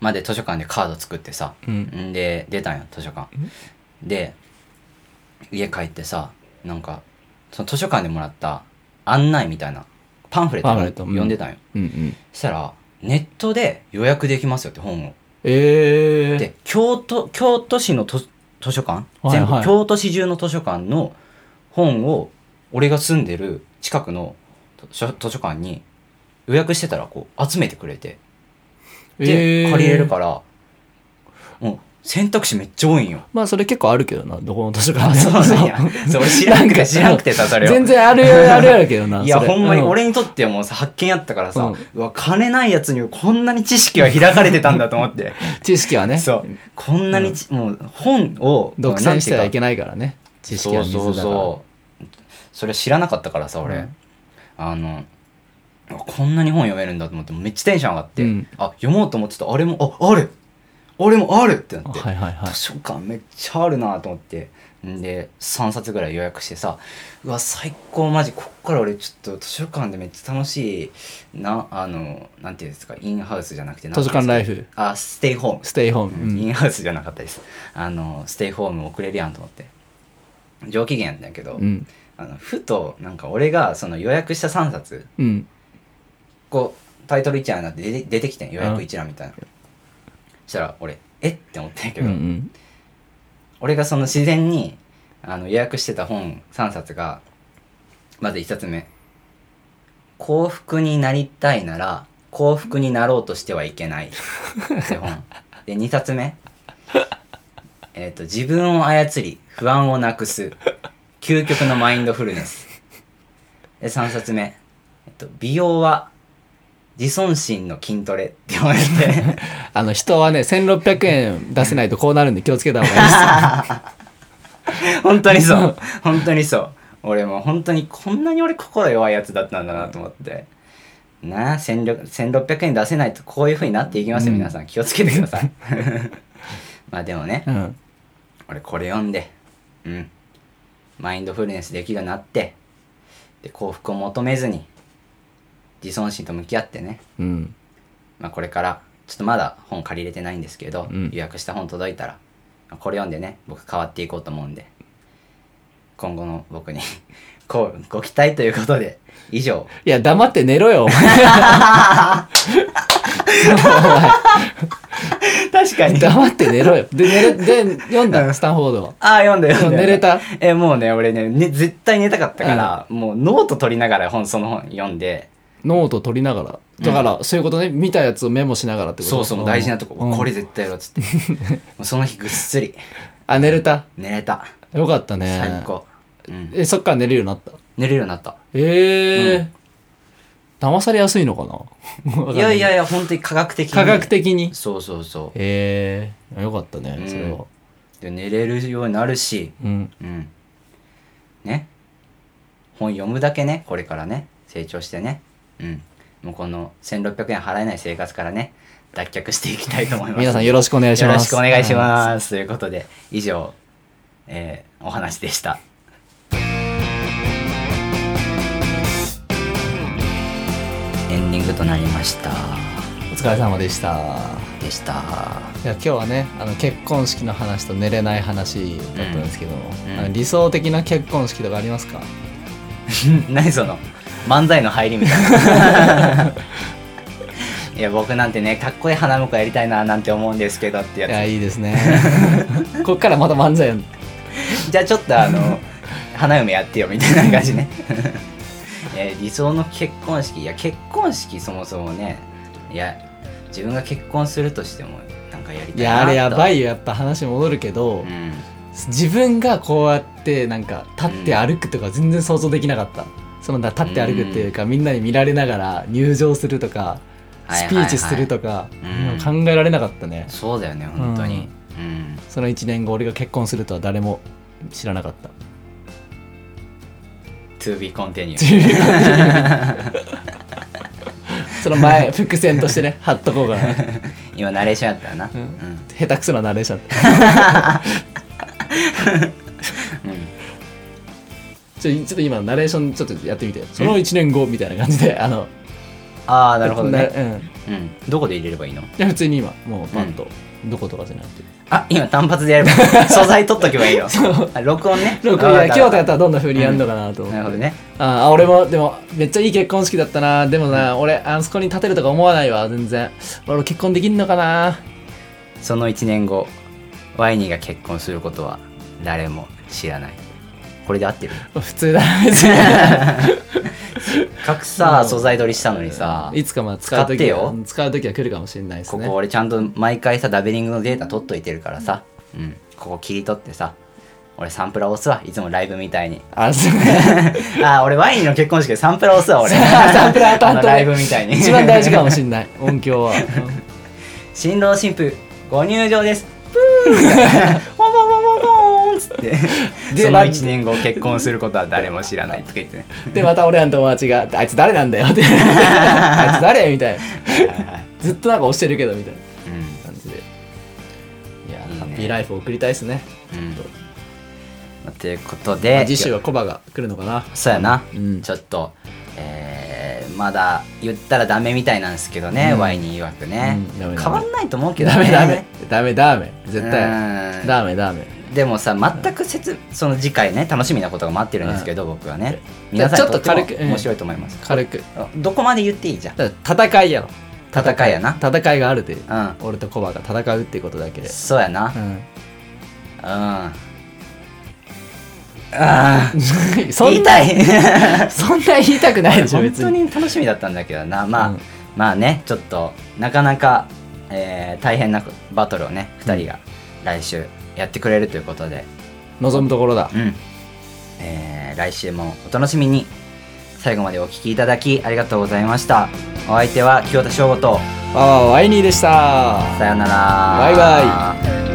Speaker 1: まあで図書館でカード作ってさ
Speaker 2: うん。
Speaker 1: んで出たんよ図書館で家帰ってさなんかその図書館でもらった案内みたいなパンフレット
Speaker 2: パンフレットうん
Speaker 1: 読んでたんよ、
Speaker 2: うんうん。
Speaker 1: そしたらネットで予約できますよって本を
Speaker 2: ええ。
Speaker 1: で京都京都市のと図書館、
Speaker 2: はいはい
Speaker 1: 全部京都市中の図書館の本を俺が住んでる近くの図書図書館に予約してたらこう集めてくれてで、
Speaker 2: ええ
Speaker 1: 借りれるからもう選択肢めっちゃ多いん よ。
Speaker 2: まあそれ結構あるけどな、どこの図書館
Speaker 1: あ
Speaker 2: で
Speaker 1: そう
Speaker 2: も
Speaker 1: なんやそう俺知らんくて知らんくてさそれを
Speaker 2: 全然あるあるやるけどな。
Speaker 1: いや
Speaker 2: それ
Speaker 1: ほんまに
Speaker 2: う
Speaker 1: 俺にとってはもうさ発見やったからさ、
Speaker 2: う
Speaker 1: うんわ金ないやつにこんなに知識は開かれてたんだと思って
Speaker 2: 知識 はね、
Speaker 1: そうこんなにち、もう本を
Speaker 2: 独占してはい
Speaker 1: ない
Speaker 2: けないからね。知識は水だか
Speaker 1: そ
Speaker 2: ら。
Speaker 1: うそうそうそれ知らなかったからさ俺、
Speaker 2: うん
Speaker 1: あのうわこんなに本読めるんだと思ってめっちゃテンション上がって、
Speaker 2: うん
Speaker 1: あ読もうと思ってたあれもああるあれもあるってなって、
Speaker 2: はいはいはい
Speaker 1: 図。書館めっちゃあるなと思ってんで3冊ぐらい予約してさうわ最高マジこっから俺ちょっと図書館でめっちゃ楽しいなあのなんていうんですかインハウスじゃなくて
Speaker 2: 図書館ライ
Speaker 1: フ
Speaker 2: フ、
Speaker 1: あステイホーム
Speaker 2: ステイホーム。うん
Speaker 1: インハウスじゃなかったですあのステイホーム遅れるやんと思って上機嫌やったんやけど、
Speaker 2: うん。
Speaker 1: あのふとなんか俺がその予約した3冊
Speaker 2: うん。
Speaker 1: こうタイトル一覧になって出て出てきてん予約一覧みたいな、したら俺えって思ったんやけ
Speaker 2: うんう
Speaker 1: ど、
Speaker 2: ん。
Speaker 1: 俺がその自然にあの予約してた本3冊がまず1冊目「幸福になりたいなら幸福になろうとしてはいけない」って本で2冊目えっ、と「自分を操り不安をなくす究極のマインドフルネス」で3冊目、えっと「美容は自尊心の筋トレ」って言われて。
Speaker 2: あの人はね、1600円出せないとこうなるんで気をつけた方がいいです。
Speaker 1: 本当にそう本当にそう俺も本当にこんなに俺心弱いやつだったんだなと思ってなあ1600 1600円出せないとこういう風になっていきますよ、
Speaker 2: うん
Speaker 1: 皆さん気をつけてください まあでもね
Speaker 2: うん。
Speaker 1: 俺これ読んでうんマインドフルネスできるようになってで幸福を求めずに自尊心と向き合ってね、
Speaker 2: うん。
Speaker 1: まあ、これからちょっとまだ本借りれてないんですけど、
Speaker 2: うん
Speaker 1: 予約した本届いたらまあこれ読んでね僕変わっていこうと思うんで今後の僕に こうご期待ということで以上
Speaker 2: いや、黙って寝ろよ、お前。
Speaker 1: 確か
Speaker 2: 黙って寝ろよ。で、寝れ、で、読んだ、スタンフォードは。
Speaker 1: ああ読んだ読んだ
Speaker 2: 寝れた
Speaker 1: えもうね俺ねね絶対寝たかったから、もうノート取りながら本その本読んで
Speaker 2: ノート取りながら。だから、そういうことね、見たやつをメモしながらってこと
Speaker 1: そうそう大事なとこ、
Speaker 2: うん
Speaker 1: これ絶対やろうっ つってもうその日ぐっすり
Speaker 2: あ、寝れた。
Speaker 1: 寝れた
Speaker 2: よかったね。
Speaker 1: 最。高、うん、
Speaker 2: え、そっから寝れるようになった。
Speaker 1: 寝れるようになった
Speaker 2: ええ
Speaker 1: う
Speaker 2: ー。騙されやすいのかなわかんない
Speaker 1: やいやいや本当に科学的に
Speaker 2: 科学的に。
Speaker 1: そうそうそう
Speaker 2: ええよかったね、
Speaker 1: うん
Speaker 2: それは。
Speaker 1: で寝れるようになるし、
Speaker 2: うん。
Speaker 1: うん、ね本読むだけねこれからね成長してね、うん、もうこの1600円払えない生活からね脱却していきたいと思います
Speaker 2: 皆さんよろしくお願いし
Speaker 1: よろ
Speaker 2: ま
Speaker 1: し
Speaker 2: す。
Speaker 1: くお願いします、ということで以上、えーお話でしたエンディングとなりました
Speaker 2: うん。お疲れ様でした。
Speaker 1: でした
Speaker 2: いや今日はねあの結婚式の話と寝れない話だったんですけど、
Speaker 1: ん
Speaker 2: あの理想的な結婚式とかありますか
Speaker 1: 何その漫才の入りみた いないや僕なんてねかっこいい花婿やりたいななんて思うんですけどって
Speaker 2: いや
Speaker 1: や
Speaker 2: いいで すねこっからまた漫才やん
Speaker 1: つじゃあちょっとあ の花嫁やってよみたいな感じねえー理想の結婚式いや結婚式そもそもねいや自分が結婚するとしてもなんかやりたい
Speaker 2: い
Speaker 1: な
Speaker 2: やあれやば
Speaker 1: い、
Speaker 2: いよやっぱ話戻るけど、
Speaker 1: うん、
Speaker 2: 自分がこうやってなんか立って歩くとか全然想像できなかった、そのだ立って歩くっていうか、みんなに見られながら入場するとか
Speaker 1: はい
Speaker 2: ス
Speaker 1: はい
Speaker 2: ピ
Speaker 1: はい
Speaker 2: ーチするとか、
Speaker 1: うん
Speaker 2: 考えられなかったね
Speaker 1: そうだよね本当にうん、
Speaker 2: その1年後俺が結婚するとは誰も知らなかった
Speaker 1: to be continued
Speaker 2: その前伏線としてね貼っとこうかな
Speaker 1: 今ナレーションやったらなう
Speaker 2: うん
Speaker 1: ん、
Speaker 2: 下手くそなナレーションちょちょっと今ナレーションちょっとやってみてその1年後みたいな感じ であの
Speaker 1: ああなるほどね、
Speaker 2: うん、い
Speaker 1: うん、どこで入れればいいの
Speaker 2: や普通に今もうパッと、どことかじゃなくて
Speaker 1: あ今単発でやればい い素材取っとけばいいよあ録音ね
Speaker 2: 今日
Speaker 1: あわかった
Speaker 2: だったらどんな風にやるのかなと思って、
Speaker 1: なるほどね
Speaker 2: ああ俺もでもめっちゃいい結婚式だったなでもな、俺あそこに立てるとか思わないわ全然俺結婚できんのかな
Speaker 1: その1年後ワイニーが結婚することは誰も知らないこれで合ってる
Speaker 2: 普通だな別に
Speaker 1: 各さ
Speaker 2: うん
Speaker 1: 素材取りしたのにさ
Speaker 2: いつかまあ使う時
Speaker 1: 使
Speaker 2: は
Speaker 1: って
Speaker 2: 使う時は来るかもしれないです
Speaker 1: こ
Speaker 2: ね
Speaker 1: こ俺ちゃんと毎回さダベリングのデータ取っといてるからさ、うん、ここ切り取ってさ俺サンプラ押すわいつもライブみたいに
Speaker 2: あそう
Speaker 1: あー俺ワインの結婚式でサンプラ押すわ俺
Speaker 2: サンプラー
Speaker 1: あ
Speaker 2: 担
Speaker 1: の
Speaker 2: 当
Speaker 1: ライブみたいに
Speaker 2: 一番大事かもしれない音 響は
Speaker 1: 新郎新婦ご入場 ですプーワンワンワンワンワンっつって
Speaker 2: で
Speaker 1: その1年後結婚することは誰も知らないとか言ってね
Speaker 2: でまた俺らの友達が「あいつ誰なんだよ」って「あいつ誰?」みたいなずっとなんか押してるけどみたいな
Speaker 1: うん
Speaker 2: 感じでいや
Speaker 1: いいね
Speaker 2: ハッピーライフを送りたいですね
Speaker 1: うん
Speaker 2: ちょっ
Speaker 1: まあということ
Speaker 2: と
Speaker 1: で
Speaker 2: 次週はコバが来るのかな
Speaker 1: そうやな、
Speaker 2: うん
Speaker 1: ちょっと、えーまだ言ったらダメみたいなんですけどね、
Speaker 2: うん
Speaker 1: ワイに曰くね、
Speaker 2: うんダメダメ
Speaker 1: 変わんないと思うけど、ね、
Speaker 2: ダメダメダメダメ絶対
Speaker 1: うん
Speaker 2: ダメダメ
Speaker 1: でもさ全く説その次回ね楽しみなことが待ってるんですけど、僕はね皆さんにとって
Speaker 2: ちょっと軽く
Speaker 1: も
Speaker 2: うん
Speaker 1: 面白いと思います、
Speaker 2: 軽く
Speaker 1: どこまで言っていいじゃん
Speaker 2: だから戦いやろ
Speaker 1: 戦いやな
Speaker 2: 戦いがあるで
Speaker 1: う
Speaker 2: 俺とコバが戦うってことだけで
Speaker 1: んそうやな
Speaker 2: う
Speaker 1: うん
Speaker 2: ん
Speaker 1: あー
Speaker 2: そ
Speaker 1: 言
Speaker 2: ん
Speaker 1: い
Speaker 2: な
Speaker 1: た い
Speaker 2: そんな言いたくないでしょ
Speaker 1: 本
Speaker 2: 別
Speaker 1: 当
Speaker 2: に
Speaker 1: に楽しみだったんだけどなまあ、
Speaker 2: うん
Speaker 1: まあねちょっとなかなか、えー大変なバトルをね2人が来週やってくれるということで、
Speaker 2: 望むところだ
Speaker 1: うんえー来週もお楽しみに最後までお聴きいただきありがとうございましたお相手は清田翔吾と
Speaker 2: ああワイニーでした
Speaker 1: さよなら
Speaker 2: バイバ
Speaker 1: イ